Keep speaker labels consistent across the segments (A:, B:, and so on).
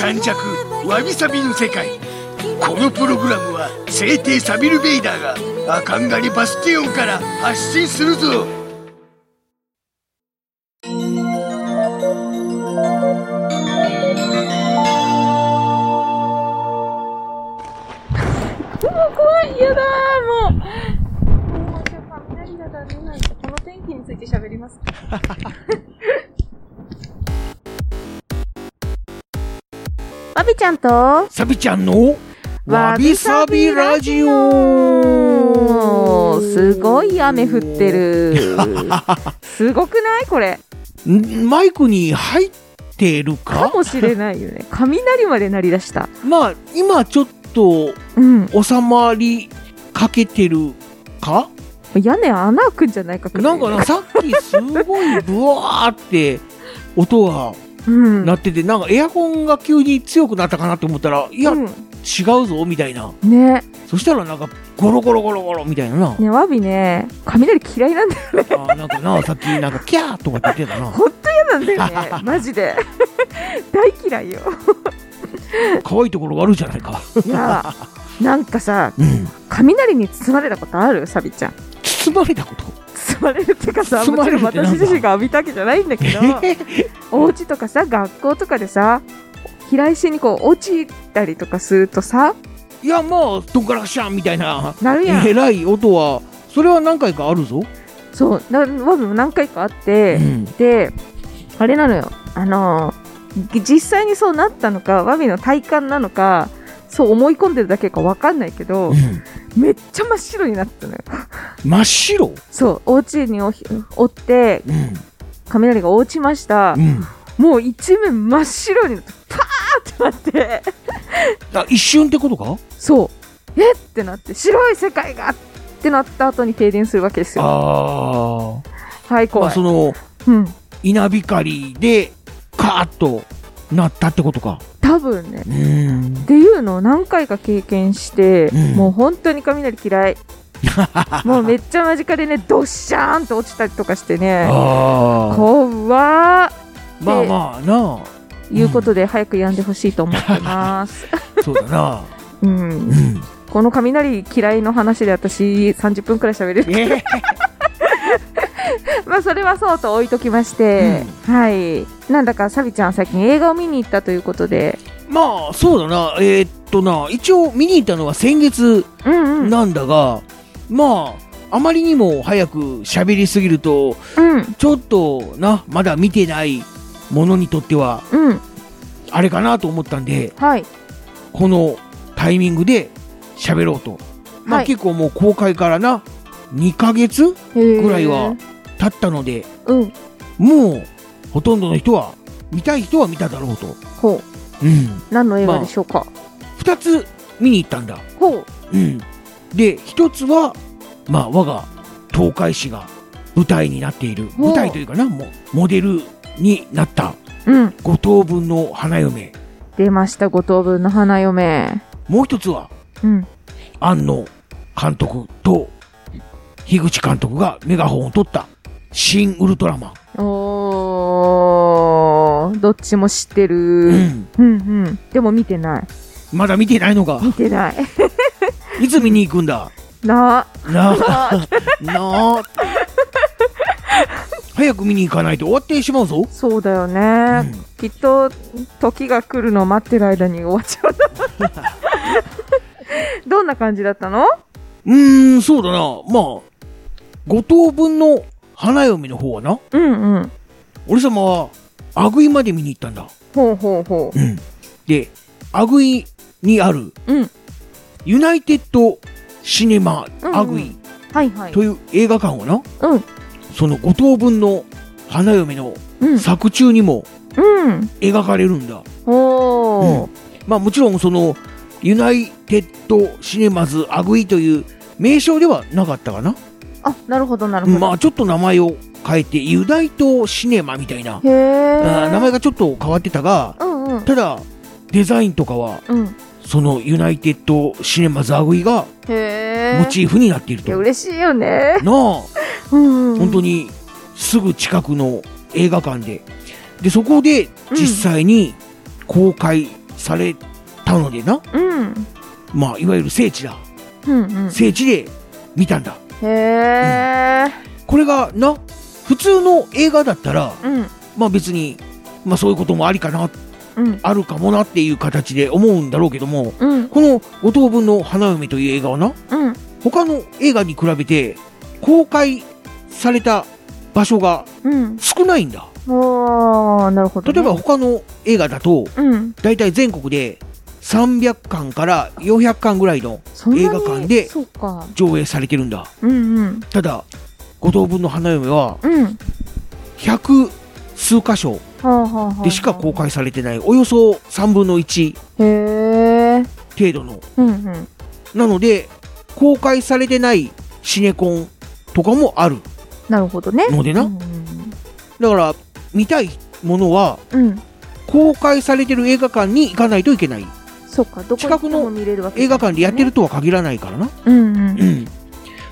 A: 感弱わびさびの世界このプログラムは聖帝サビル・ベイダーがアカンガリバスティオンから発信するぞ
B: 怖い、やだー、もう。もう、ちょっと雷がダメなんで、この天気について喋 ります。バビちゃんと、
A: サビちゃんのわびさびラジ
B: お
A: オ
B: ーすごい雨降って る。すごくないこれ。
A: んマイクに入っているか
B: かもしれないよね。雷まで鳴り出した。
A: まあ今ちょっと
B: うん。
A: 収まりかけてるか
B: 屋根穴開くんじゃないかくら
A: ないんかな、さっきすごいブワーって音が
B: うん。
A: なってて、なんかエアコンが急に強くなったかなと思ったら、いや、違
B: う
A: うんぞ、みたいな。
B: ね、
A: そしたらなんか、ゴロゴロゴロゴロみたいなな。
B: ね、ワビね、雷嫌いなんだよ。
A: あーなんかな、 さっきなんか、キャーとかって言ってたな。
B: ほんと嫌なんだよ ね。マジで。 大嫌いよ。
A: 可愛いところがあるじゃないか。
B: いや、なんかさ、
A: うん。
B: 雷に包まれたことあるサビちゃん。
A: 包まれたこと。
B: 包まれるってかさ、
A: 包
B: も
A: ま
B: ち
A: れる
B: ろ
A: っ
B: ん
A: てなんだ
B: 私自身が浴びたわけじゃないんだけど、お家とかさ、学校とかでさ、飛来しにこう落ちたりとかするとさ、
A: いや、まあ、どんからシャンみたいな、
B: なるやん。
A: えらい音は、それは何回かあるぞ。
B: そう、なワブも何回かあっ
A: う
B: て、
A: ん。
B: で、あれなのよ、あのー、実際にそうなったのか、ワビの体感なのか、そう思い込んでるだけかわかんないけど
A: う、ん
B: めっちゃ真っ白になったのよ。
A: 真っ白。
B: そう、お家におおって、
A: うん。
B: 雷が落ちました
A: う。ん。
B: もう一面真っ白になって、パーってなって、
A: あ、一瞬ってことか
B: そう、えってなって、白い世界がってなった後に停電するわけですよ。
A: ああ。
B: はい、
A: ま
B: 怖
A: あ、
B: い。
A: その、
B: うん。
A: 稲光で、カーッとなったってことか。
B: 多分ね。
A: うーん
B: っ。ていうのを何回か経験して、
A: うん
B: もう本当に雷 嫌い。もうめっちゃ間近でね、ドッシャーンと落ちたりとかしてね、
A: ああ。
B: 怖ー
A: まあまあな
B: いうことで、早くやんでほしいと思ってます。
A: あ。そうだ な。
B: うん
A: う。ん。
B: この雷嫌いの話で私30分くらい喋れる
A: え
B: まあそれはそうと置いときまして、はいなんだかサビちゃん最近映画を見に行ったということで
A: まあ、そうだな。えーっとな、一応見に行ったのは先月
B: うんうん
A: なんだが、まあ、あまりにも早く喋りすぎると、
B: うん
A: ちょっとな、まだ見てないものにとっては、
B: うん
A: あれかなと思ったんで、
B: はい
A: このタイミングで喋ろうと。まあ、
B: はい
A: 結構もう公開からな、2ヶ月
B: ぐ
A: ぐらいは経ったので、
B: うん
A: もうほとんどの人は見たい人は見ただろうと、
B: ほう
A: うん、
B: 何の映画でしょうか、
A: 2つ見に行ったんだ、
B: ほ
A: うん、で1つは、まあ、我が東海市が舞台になっている
B: ほう
A: 舞台というかなもモデルになった
B: ううん
A: 五等分の花嫁
B: 出ました五等分の花嫁
A: もう1つは
B: うん
A: 庵野監督と樋口監督がメガホンを取った「新ウルトラマン
B: おーどっちも知って」
A: う
B: る
A: ん、
B: うんうんでも見てない
A: まだ見てないの か
B: 見てない
A: いつ見に行くんだ
B: な
A: なあ
B: あ
A: なあ早く見に行かないと終わってしまうぞ、
B: そうだよね、
A: うん
B: きっと時が来るのを待ってる間に終わっちゃう どんな感じだったの
A: うーんそうだなまあ五等分の花嫁の方はな
B: うんうん
A: 俺様はあぐいまで見に行ったんだ、
B: ほうほうほ
A: うん、であぐいにある
B: ううん
A: ユナイテッドシネマ
B: うんうん
A: あぐい
B: はいはい
A: という映画館をな
B: うん
A: その五等分の花嫁の
B: うん
A: 作中にも
B: うん
A: 描かれるんだ、
B: お
A: う
B: お
A: ん、まあもちろんそのユナイテッド・シネマズ・アグイという名称ではなかったかな。
B: あ、なるほど、なるほど。
A: まあちょっと名前を変えて、ユナイト・シネマみたいな、
B: へ
A: あ
B: え。
A: 名前がちょっと変わってたが、
B: うんうん。
A: ただ、デザインとかは、
B: うん。
A: そのユナイテッド・シネマズ・アグイが
B: へえ。
A: モチーフになっている
B: い
A: と。
B: や、
A: な
B: 嬉しいよね。
A: あ、本
B: うんうん。
A: 当にすぐ近くの映画館で。で、そこで実際に公開されたのでな、
B: うん。
A: まあいわゆる聖地だ。
B: うんうん。へ
A: 聖地で見たんだ。
B: え。
A: これがな、普通の映画だったら、
B: うん。
A: まあ別に、まあそういうこともありかな、
B: うん。
A: あるかもなっていう形で思うんだろうけども、
B: うん。
A: この五等分の花嫁という映画はな、
B: うん。
A: 他の映画に比べて公開された場所が
B: うん。
A: 少ないんだ。
B: おー、なるほど、ね。
A: 例えば、他の映画だと、
B: うん。
A: だいたい全国で300巻から400巻ぐらいの
B: そんなに
A: 映画館で
B: そうか。
A: 上映されてるんだ。
B: うんうん。
A: ただ、五等分の花嫁は
B: うん。
A: 100数箇所
B: はあはあはあ
A: でしか公開されてない、およそ3分の1
B: へえ。
A: 程度の。
B: うんうん。
A: なので、公開されてないシネコンとかもある
B: なるほどね。
A: のでな。
B: うん
A: だから、見たいものは
B: うん。うん。
A: 公開されてる映画館に行かないといけない。
B: そうか。どこ行っても見れるわけ、
A: 映画館でやってる。とは限らないからな。
B: うんうん
A: う。ん。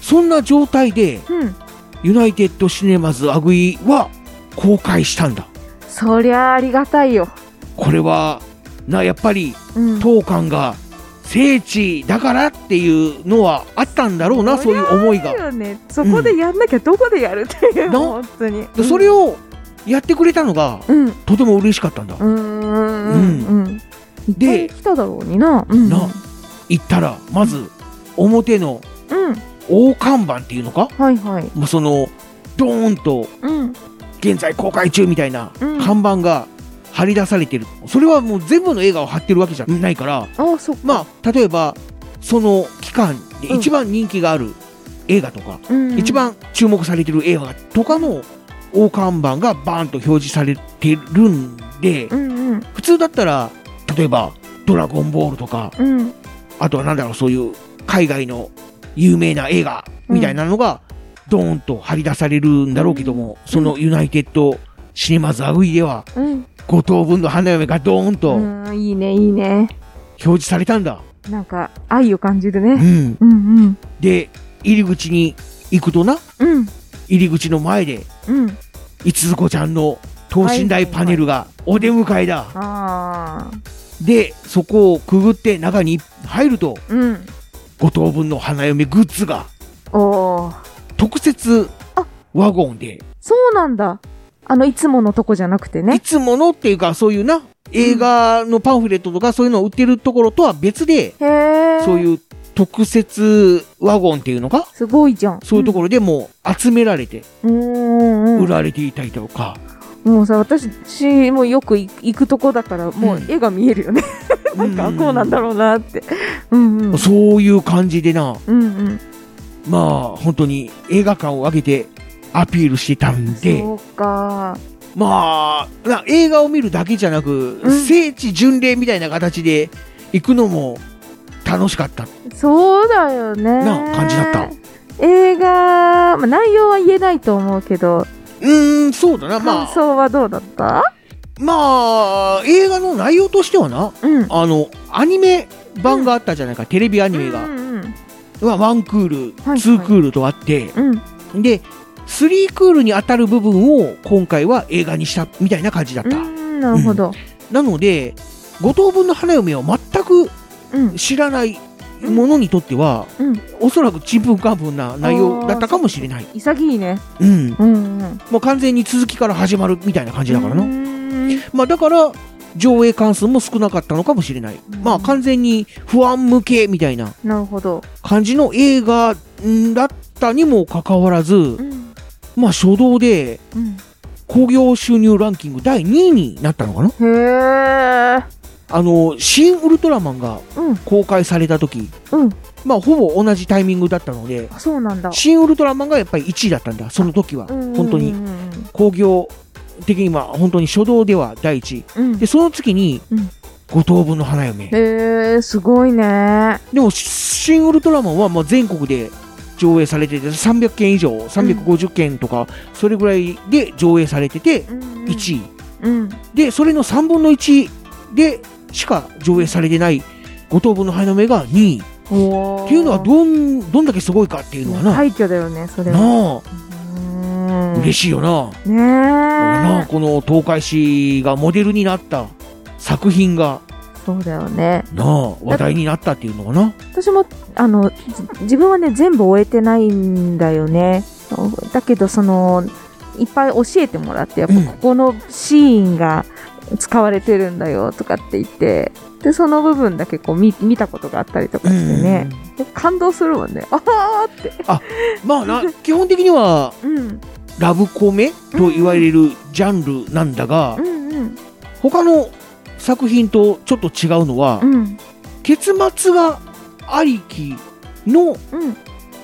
A: そんな状態で、
B: うん。
A: ユナイテッド・シネマズ・アグイは公開したんだ。
B: そりゃありがたいよ。
A: これは、な、やっぱり、
B: うん。
A: 当館が聖地だからっていうのはあったんだろうな、そういう思いが
B: だ。よね。そこでやんなきゃどこでやるっていう、
A: な
B: 本当に。
A: でそれをやってくれたのが、
B: うん。うん。
A: とても嬉しかったんだ。
B: うんうんうんうん。
A: で
B: で、来ただろうにな。うん。
A: な行ったら、まず、表の
B: うん。
A: 大看板っていうのか
B: はいはい。
A: もうその、ドーンと、
B: うん。
A: 現在公開中みたいな
B: うん
A: 看板が張り出されてる。それはもう全部の映画を張ってるわけじゃないから、
B: あ、そっか。
A: まあ、例えば、その期間で
B: うん
A: 一番人気がある映画とか、
B: うん
A: 一。番注目されてる映画とかの大看板がバーンと表示されてるんで、
B: うんうん。
A: 普通だったら、例えば、ドラゴンボールとか、
B: うん。
A: あとはなんだろう、そういう海外の有名な映画みたいなのが、ドーンと張り出されるんだろうけども、そのユナイテッド・シネマズ・アウイでは、
B: うん。
A: 5等分の花嫁がドーンと表
B: うん。いいね、いいね。
A: 示されたんだ。
B: なんか、愛を感じる
A: う
B: ね。
A: ん。
B: うんうん。
A: で、入り口に行くとな、
B: うん。
A: 入り口の前で、
B: うん。
A: いつずこちゃんの等身大パネルがお出迎えだ。
B: ああ。
A: で、そこをくぐって中に入ると、
B: うん。
A: 5等分の花嫁グッズが
B: おお。
A: 特設
B: あ
A: ワゴンで
B: そうなんだ。あの、いつものとこじゃなくて
A: い
B: ね。
A: つものっていうか、そういうな、映画のパンフレットとかそういうのを売ってるところとは別で、
B: へえ。
A: そう
B: う。
A: いう特設ワゴンっていうのか、
B: すごいじゃん。
A: そういうところでもう集められて
B: うんうんうん
A: 売られていたりとか、
B: もうさ、私もよくい行くとこだから、もう
A: うん
B: 絵が見えるよね。 なんか、こうなんだろうなって。うんうん。
A: そういう感じでな、
B: うんうん。
A: まあ本当に映画館を挙げてアピールしてたんで、
B: そうか。
A: まあ、な映画を見るだけじゃなく、
B: うん
A: 聖地巡礼みたいな形で行くのも楽しかった。
B: そうだよね。
A: な感じだった。
B: 映画、まあ、内容は言えないと思うけど、
A: うーん、そうだな、ま
B: 感
A: あ。
B: 想はどうだった
A: まあ、映画の内容としてはな、
B: うん。
A: あの、アニメ版があったじゃないか、テレビアニメが。
B: うんうん
A: は、ワンクール、ツ
B: はい
A: ークールとあって、
B: うん。
A: で、スリークールに当たる部分を今回は映画にしたみたいな感じだっ
B: う
A: た。
B: ん。なるほど。
A: なので、五等分の花嫁を全く
B: うん。
A: 知らないものにとっては、
B: うん。
A: おそらくちんぷんかんぷんな内容だったかもしれない。
B: 潔いね。
A: うん。
B: うんうん。
A: もう完全に続きから始まるみたいな感じだからな。
B: うん
A: まあだから、上映関数も少なかったのかもしれない。
B: うん
A: まあ完全に不安向けみたいな
B: なるほど。
A: 感じの映画んだったにもかかわらず
B: う、ん。
A: まあ初動で
B: うん。
A: 興行収入ランキング第2位になったのかな
B: へえ。
A: あの、新ウルトラマンが
B: うん。
A: 公開された時、
B: うん。
A: まあほぼ同じタイミングだったので、
B: あそうなんだ。
A: 新ウルトラマンがやっぱり1位だったんだ、その時は。
B: うん
A: 本当に
B: う。ん
A: 興行的には本当に初動では第一位
B: うん。
A: でその次に、
B: うん
A: 5等分の花嫁。
B: へえ、すごいね。
A: でも、シン・ウルトラマンはまあ全国で上映されてて、300件以上、350件とか、それぐらいで上映されてて、1位。
B: うん。
A: で、それの3分の1でしか上映されてない5等分の花嫁が2位。
B: おー
A: っていうのはどん、どんだけすごいかっていうのはな、
B: 廃墟だよね、それは。
A: なあ、嬉
B: し
A: しいよな。
B: い。ねえ。
A: なあこの東海市がモデルになった作品が
B: そうだよね。
A: なあ話題になったっていうのかな
B: 私も、あの、じ自分はね、全部終えてないんだよね。だけど、その、いっぱい教えてもらって、やっぱ
A: うん
B: ここのシーンが使われてるんだよとかって言って、で、その部分だけこう見見たことがあったりとかしてね、で感動するもんね。ああって。
A: まあな基本的には
B: うん。
A: ラブコメと言われるジャンルなんだが
B: うんうん。
A: 他の作品とちょっと違うのは
B: うん。
A: 結末がありきの
B: うん。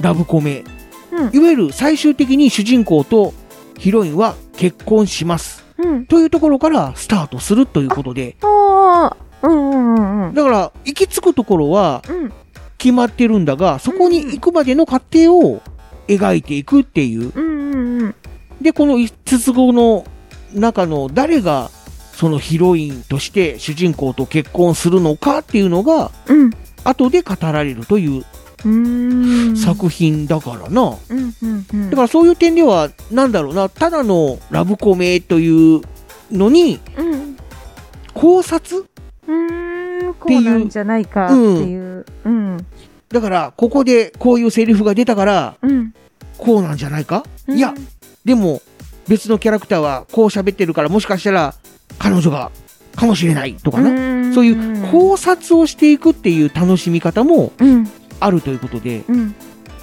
A: ラブコメ
B: うん
A: いわゆる最終的に主人公とヒロインは結婚します
B: うん。
A: というところからスタートするということで
B: ああ。うんうんうんうん。
A: だから行き着くところは
B: うん。
A: 決まってるんだが、そこに行くまでの過程を描いていくっていう。
B: うんうんうん。
A: で、この5つ子の中の誰がそのヒロインとして主人公と結婚するのかっていうのが
B: うん。
A: 後で語られるという
B: うーん。
A: 作品だからな。
B: うんうんうん。
A: だからそういう点では、なんだろうな、ただのラブコメというのに
B: うん。
A: 考察
B: うーん、こうなんじゃないかっていう。うん。
A: だから、ここでこういうセリフが出たから、
B: うん。
A: こうなんじゃないか、
B: うん
A: いや、でも別のキャラクターはこう喋ってるからもしかしたら彼女がかもしれないとかな、
B: ん
A: そういう考察をしていくっていう楽しみ方も
B: うん。
A: あるということで
B: うん。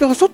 A: だからそ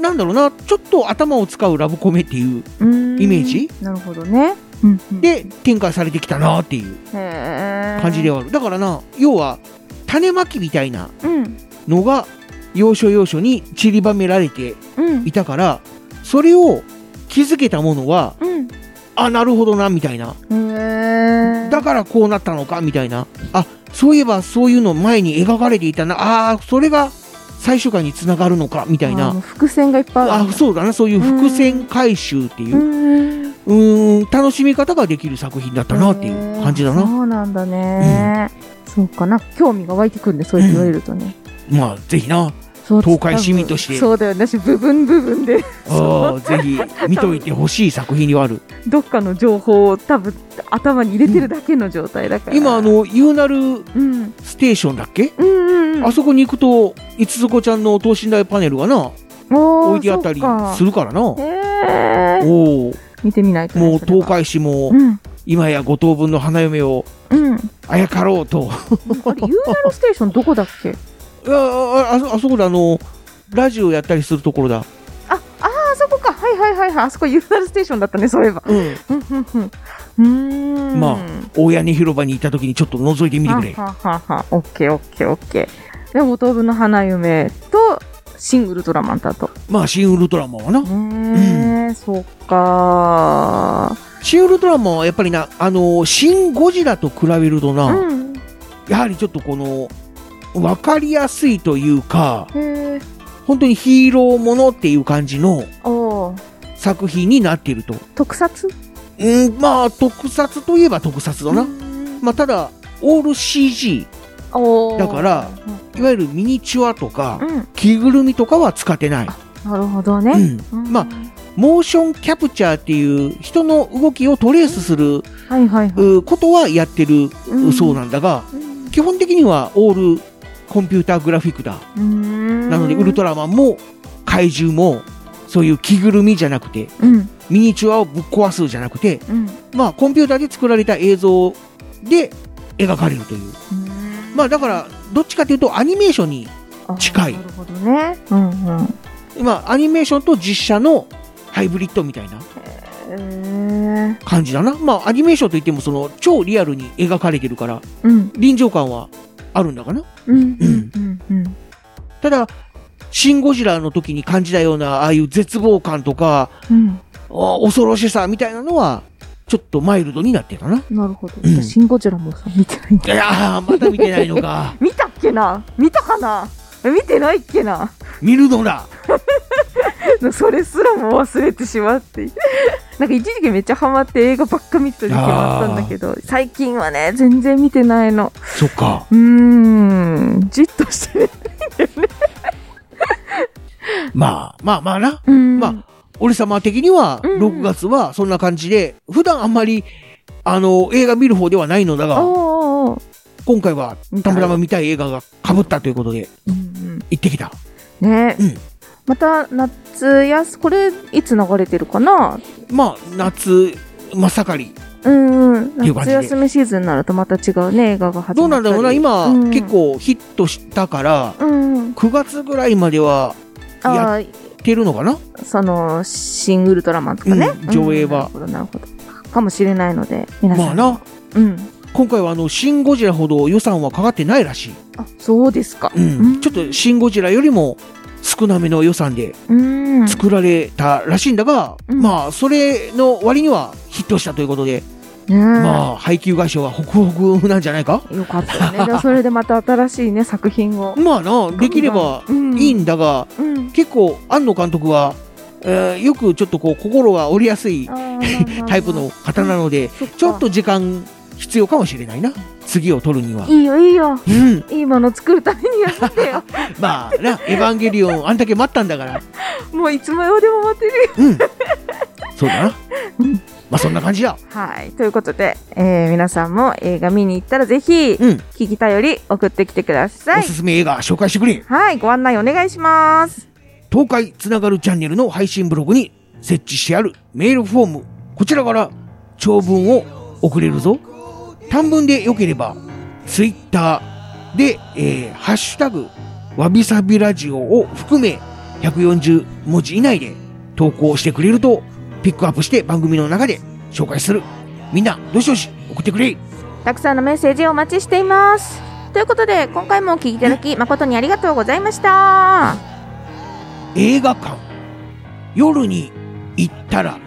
A: なんだろうなちょっと頭を使うラブコメっていう
B: うん。
A: イメージ
B: なるほどね。うんうん、
A: で展開されてきたなっていう
B: 感
A: 感じで。はあるだからな要は種まきみたいな
B: うん。
A: のが要所要所に散りばめられて
B: うん
A: い。たからそれを気づけたものは
B: うん。
A: あなるほどなみたいな
B: へえ。
A: だからこうなったのかみたいな。あ、そういえばそういうの前に描かれていたな。あーそれが最終回につながるのかみたい
B: あーもう
A: な。
B: 伏線がいっぱいある
A: あ、そうだな。そういう伏線回収っていうう、
B: ーん。
A: うーん、楽しみ方ができる作品だったなっていう感じだ
B: へー
A: な。
B: そうなんだね。そうかな。興味が湧いてくるね、そう言われるとね。
A: まあ、ぜひな。
B: そう
A: 東海市民として
B: そうだよね。私、部分部分で、
A: あーぜひ見といてほしい作品に はある。
B: どっかの情報を多分頭に入れてるだけの状態だから。
A: 今、あ、の、ユーナル
B: うん。
A: ステーションだっけ
B: うんうんうん。
A: あそこに行くと、いつぞこちゃんの等身大パネルがな、
B: おー
A: 置いてあったり
B: そっ
A: す
B: か
A: るからな。お
B: へー
A: おー
B: 見てみないとね、
A: もう
B: それは
A: 東海市も、
B: うん
A: 今や五等分の花嫁を
B: うん、
A: あやかろうと
B: あれユーナルステーションどこだっけ
A: あああそあそこであのラジオやったりするところだ、
B: ああーあそこかはいはいはいはいあそこユーナルステーションだったねそういえば
A: うん、
B: うんうんうんうーん
A: まあ大屋根広場にいた時にちょっと覗いてみてくれ
B: ははははオッケーオッケーオッケーでも当分の花嫁とシングルドラマンだと
A: まあ新ウルトラマンはな
B: ねえ、そっか
A: 新ウルトラマンはやっぱりなあの新ゴジラと比べるとな、
B: ーうん
A: やはりちょっとこの分かりやすいというか
B: へえ
A: 本当にヒーローものっていう感じの
B: おー
A: 作品になっていると
B: 特撮
A: うんまあ特撮といえば特撮だな、まあただオール CG
B: おー
A: だからいわゆるミニチュアとか、
B: うん
A: 着ぐるみとかは使ってない。
B: なるほど
A: う
B: ね。
A: ん
B: うん
A: まあ、モーションキャプチャーっていう人の動きをトレースする
B: はいはいは
A: うことはやってる
B: い。うん
A: そうなんだが、
B: うん
A: 基本的にはオールコンピューターグラフィックだ。
B: うーん
A: なので、ウルトラマンも怪獣も、そういう着ぐるみじゃなくて、
B: うん
A: ミニチュアをぶっ壊すじゃなくて、
B: うん。
A: まあ、コンピューターで作られた映像で描かれるという。
B: うん
A: まあ、だから、どっちかというとアニメーションに、
B: あ
A: 近い
B: なるほどね。うんうん。
A: まあ、アニメーションと実写のハイブリッドみたいな
B: えー
A: 感じだな。まあ、アニメーションといっても、その、超リアルに描かれてるから、
B: うん
A: 臨場感はあるんだかな。
B: うんうんうんうん。
A: ただ、シン・ゴジラの時に感じたような、ああいう絶望感とか、
B: うん
A: ああ恐ろしさみたいなのは、ちょっとマイルドになってたな。
B: なるほど。
A: うん
B: シン・ゴジラもさ、見てないん
A: い
B: だ。
A: やー、まだ見てないの か。
B: 見たっけな見たかなえ見てないっけな
A: 見るのだ。
B: それすらも忘れてしま って。なんか一時期めっちゃハマって映画ばっか見てた時期もあったんだけど、 最近はね、全然見てないの。
A: そっか。
B: うーん、じっとしてる。
A: まあ、まあまあな。
B: うん
A: まあ、俺様的には、
B: うんうん
A: 6月はそんな感じで、普段あんまり、あの、映画見る方ではないのだ
B: おー
A: が、
B: おーおー
A: 今回は、たまたま見たい映画が被ったということで、
B: うん
A: 行ってきた。
B: うんね、
A: うん
B: また夏やすこれいつ流れてるかな
A: まあ、夏、真っ盛り。
B: うんうん
A: いう感じ
B: 夏
A: で
B: 休みシーズンになるとまた違うね映画が始
A: どう
B: ま
A: な
B: ったり
A: んだろうな、今、
B: うん
A: 結構ヒットしたから、
B: うんうん
A: 9月ぐらいまでは、や
B: ああ
A: ってるのかな
B: そのシン・ウルトラマンとかね、
A: うん上映は
B: うんなるほどなるほどかもしれないので皆
A: ま
B: さ
A: あ
B: ん、
A: な、
B: うん
A: 今回はあの、シン・ゴジラほど予算はかかってないらしい。
B: あそうですか
A: うん
B: うん
A: ちょっとシン・ゴジラよりも少なめの予算で
B: うん
A: 作られたらしいんだが、
B: うん
A: まあ、それの割にはヒットしたということで、
B: ねえ
A: まあ、配給会社はホクホクなんじゃないか
B: よかったねでもそれでまた新しいね作品を
A: まあな、 できれば
B: うん
A: いいんだが、
B: うん
A: 結構、庵野監督は、えーよくちょっとこう、心が折りやすい
B: あーまあまあまあ
A: タイプの方なので、
B: そか
A: ちょっと時間必要かもしれないな。次を取るには。
B: いいよいいよ
A: うん。
B: いいもの作るためにやってよ
A: まあな、エヴァンゲリオン、あんだけ待ったんだから。
B: もういつまでも待てるよ
A: うん。そうだな
B: うん。
A: まあそんな感じだ。
B: はいということで、えー皆さんも映画見に行ったらぜひ聞
A: うん。
B: きたより送ってきてくださ
A: お
B: い
A: すすめ映画紹介してくれ。
B: はいご案内お願いします
A: 東海つながるチャンネルの配信ブログに設置してあるメールフォーム。こちらから長文を送れるぞ。短文でよければ、ツイッターで、えーハッシュタグ、わびさびラジオを含め、140文字以内で投稿してくれると、ピックアップして番組の中で紹介する。みんな、どしどし送ってくれ。
B: たくさんのメッセージをお待ちしていますということで今回もお聞きいただき誠にありがとうございました
A: 映画館夜に行ったら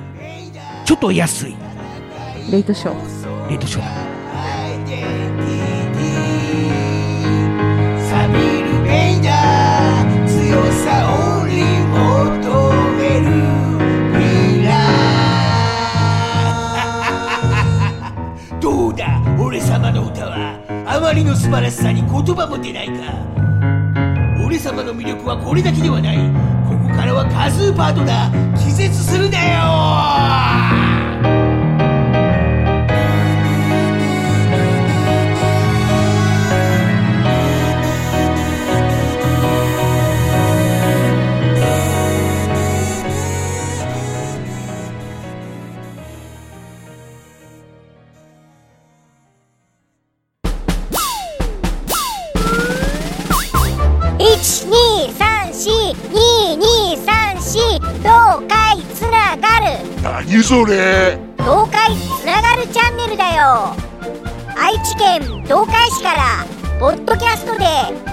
A: ちょっと安い
B: レイトショー
A: レートショー
C: サビルベイダー強さを追い求める未来 どうだ俺様の歌はあまりの素晴らしさに言葉も出ないか俺様の魅力はこれだけではないここからはカズーパートナー気絶するなよ
D: 12342234東海つながる
E: 何それ
D: 東海つながるチャンネルだよ愛知県東海市からポッドキャストで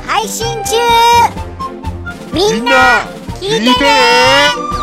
D: 配信中みんな聞いてね